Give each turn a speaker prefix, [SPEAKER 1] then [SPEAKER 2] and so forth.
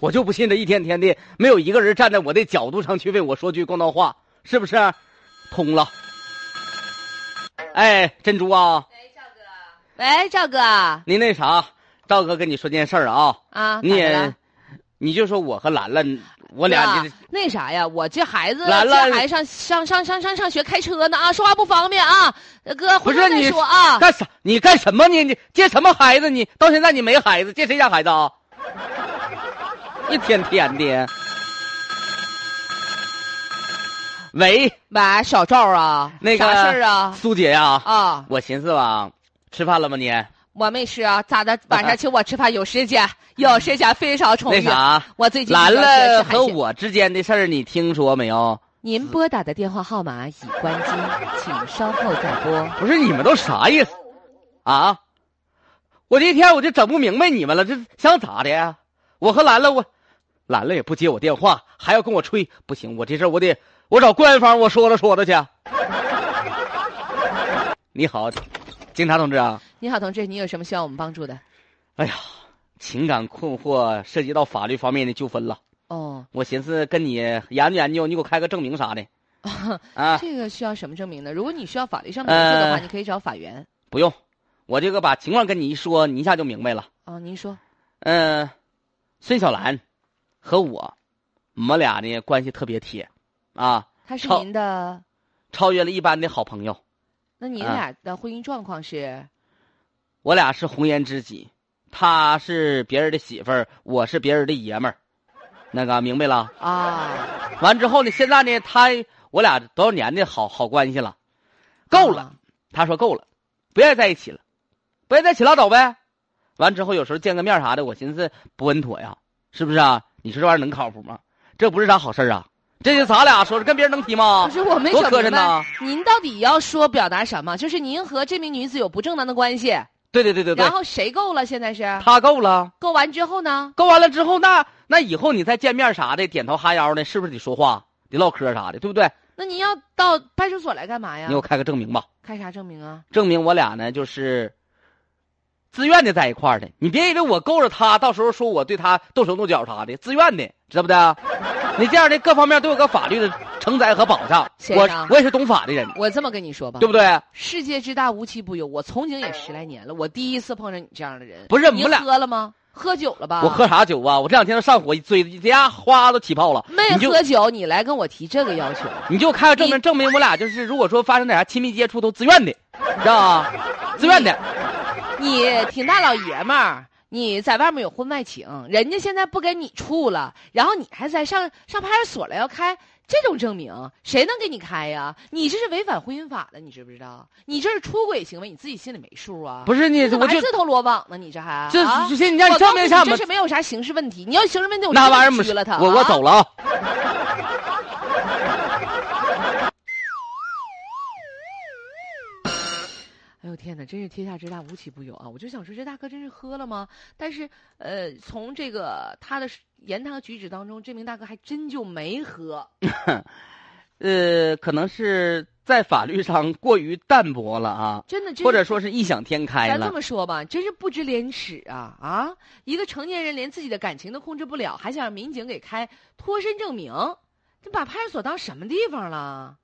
[SPEAKER 1] 我就不信这一天天的没有一个人站在我的角度上去为我说句公道话，是不是？通了。哎，珍珠啊，
[SPEAKER 2] 喂，赵哥啊，
[SPEAKER 1] 您那啥，赵哥跟你说件事儿啊，你
[SPEAKER 2] 咋的
[SPEAKER 1] 也
[SPEAKER 2] 了，
[SPEAKER 1] 你就说我和兰兰，我
[SPEAKER 2] 哥
[SPEAKER 1] 俩这
[SPEAKER 2] 那啥呀，我这孩子
[SPEAKER 1] 兰兰
[SPEAKER 2] 这还上上上上上上学开车呢啊，说话不方便啊，呃哥
[SPEAKER 1] 不
[SPEAKER 2] 回
[SPEAKER 1] 是
[SPEAKER 2] 头再
[SPEAKER 1] 你
[SPEAKER 2] 说啊，
[SPEAKER 1] 干啥？你干什么呢？你接什么孩子？你到现在你没孩子，接谁家孩子啊？一天天的。喂，
[SPEAKER 2] 喂，小赵啊，
[SPEAKER 1] 那个
[SPEAKER 2] 啥事儿啊
[SPEAKER 1] 苏姐呀、
[SPEAKER 2] 啊，
[SPEAKER 1] 我寻思吧，吃饭了吗你？
[SPEAKER 2] 我没事啊，咋的？晚上请我吃饭有时间，有时间非常充
[SPEAKER 1] 那
[SPEAKER 2] 裕。
[SPEAKER 1] 啥，
[SPEAKER 2] 我最近
[SPEAKER 1] 兰
[SPEAKER 2] 比较喜欢
[SPEAKER 1] 兰
[SPEAKER 2] 吃海
[SPEAKER 1] 和
[SPEAKER 2] 鲜。
[SPEAKER 1] 我之间的事儿你听说没有？
[SPEAKER 2] 您拨打的电话号码已关机，请稍后再拨。
[SPEAKER 1] 不是你们都啥意思啊？我这一天我就整不明白你们了，这想咋的呀？我和兰兰我，兰兰也不接我电话，还要跟我吹，不行，我这事儿我得我找官方我说了说了去。 你好，警察同志啊，
[SPEAKER 2] 你好，同志，你有什么需要我们帮助的？
[SPEAKER 1] 哎呀，情感困惑涉及到法律方面的纠纷了，
[SPEAKER 2] 哦，
[SPEAKER 1] 我寻思跟你研究研究，你给我开个证明 啥的 啊？
[SPEAKER 2] 这个需要什么证明呢？如果你需要法律上面的证明的话，
[SPEAKER 1] 呃
[SPEAKER 2] 你可以找法院。
[SPEAKER 1] 不用，我这个把情况跟你一说，你一下就明白了。
[SPEAKER 2] 啊，您说，
[SPEAKER 1] 嗯，孙小兰和我，我们俩呢关系特别铁，啊，
[SPEAKER 2] 他是
[SPEAKER 1] 超
[SPEAKER 2] 您的，
[SPEAKER 1] 超越了一般的好朋友。
[SPEAKER 2] 那你
[SPEAKER 1] 啊
[SPEAKER 2] 俩的婚姻状况是？
[SPEAKER 1] 我俩是红颜知己，她是别人的媳妇儿，我是别人的爷们儿，那个明白了。
[SPEAKER 2] 啊，
[SPEAKER 1] 完之后呢，现在呢，他我俩多少年的好好关系了，够了。
[SPEAKER 2] 啊
[SPEAKER 1] 他说够了，不愿意在一起了，不愿意在一起拉倒呗。完之后有时候见个面啥的，我寻思不稳妥呀，是不是啊？你说这玩意儿能靠谱吗？这不是啥好事儿啊！这就咱俩说是跟别人能提吗
[SPEAKER 2] 可？是我没
[SPEAKER 1] 多
[SPEAKER 2] 整
[SPEAKER 1] 磕碜
[SPEAKER 2] 明白
[SPEAKER 1] 呐，
[SPEAKER 2] 您到底要说表达什么？就是您和这名女子有不正当的关系，
[SPEAKER 1] 对对对对对
[SPEAKER 2] 然，后谁够了？现在是
[SPEAKER 1] 他够了，
[SPEAKER 2] 够完之后呢？
[SPEAKER 1] 够完了之后，那那以后你再见面啥的，点头哈腰的，是不是得说话，得唠嗑啥的，对不对？
[SPEAKER 2] 那您要到派出所来干嘛呀
[SPEAKER 1] 你给？我开个证明吧，
[SPEAKER 2] 开啥证明啊？
[SPEAKER 1] 证明我俩呢就是自愿的在一块儿的。你别以为我够着他，到时候说我对他动手动脚啥的，自愿的，知道不得？你这样的各方面都有个法律的承载和保障。
[SPEAKER 2] 先
[SPEAKER 1] 我
[SPEAKER 2] 生啊
[SPEAKER 1] 我也是懂法的人，
[SPEAKER 2] 我这么跟你说吧，
[SPEAKER 1] 对不对？
[SPEAKER 2] 世界之大无奇不有，我从警也十来年了，我第一次碰上你这样的人。
[SPEAKER 1] 不是我
[SPEAKER 2] 你
[SPEAKER 1] 们俩
[SPEAKER 2] 喝了吗？喝酒了吧？
[SPEAKER 1] 我喝啥酒啊？我这两天都上火，嘴这家花都起泡了。
[SPEAKER 2] 没
[SPEAKER 1] 你就
[SPEAKER 2] 喝酒，你来跟我提这个要求，
[SPEAKER 1] 你就开个证明，
[SPEAKER 2] 你
[SPEAKER 1] 证明我俩就是如果说发生点啥亲密接触都自愿的，知道吧？自愿的。
[SPEAKER 2] 你挺大老爷们儿，你在外面有婚外情，人家现在不跟你处了，然后你还在上上派出所了要开这种证明，谁能给你开呀？你这是违反婚姻法的，你知不知道？你这是出轨行为，你自己心里没数啊？
[SPEAKER 1] 不是你，
[SPEAKER 2] 你怎么
[SPEAKER 1] 我
[SPEAKER 2] 还
[SPEAKER 1] 就
[SPEAKER 2] 自投罗网呢？你这还
[SPEAKER 1] 这
[SPEAKER 2] 啊
[SPEAKER 1] 这你让你
[SPEAKER 2] 我
[SPEAKER 1] 证
[SPEAKER 2] 告诉
[SPEAKER 1] 明一
[SPEAKER 2] 你
[SPEAKER 1] 下
[SPEAKER 2] 这
[SPEAKER 1] 嘛
[SPEAKER 2] 是没有啥刑事问题。你要刑事问题，我
[SPEAKER 1] 那
[SPEAKER 2] 真的
[SPEAKER 1] 玩意
[SPEAKER 2] 拘
[SPEAKER 1] 儿
[SPEAKER 2] 了他。
[SPEAKER 1] 我我
[SPEAKER 2] 啊
[SPEAKER 1] 走了啊。
[SPEAKER 2] 哎呦天哪，真是天下之大无奇不有啊！我就想说，这大哥真是喝了吗？但是，呃，从这个他的言谈和举止当中，这名大哥还真就没喝。
[SPEAKER 1] 呃，可能是在法律上过于淡薄了啊，
[SPEAKER 2] 真的，真
[SPEAKER 1] 或
[SPEAKER 2] 是
[SPEAKER 1] 者说是异想天开
[SPEAKER 2] 咱这
[SPEAKER 1] 了。
[SPEAKER 2] 么说吧，真是不知廉耻啊啊！一个成年人连自己的感情都控制不了，还想让民警给开脱身证明，这把派出所当什么地方了？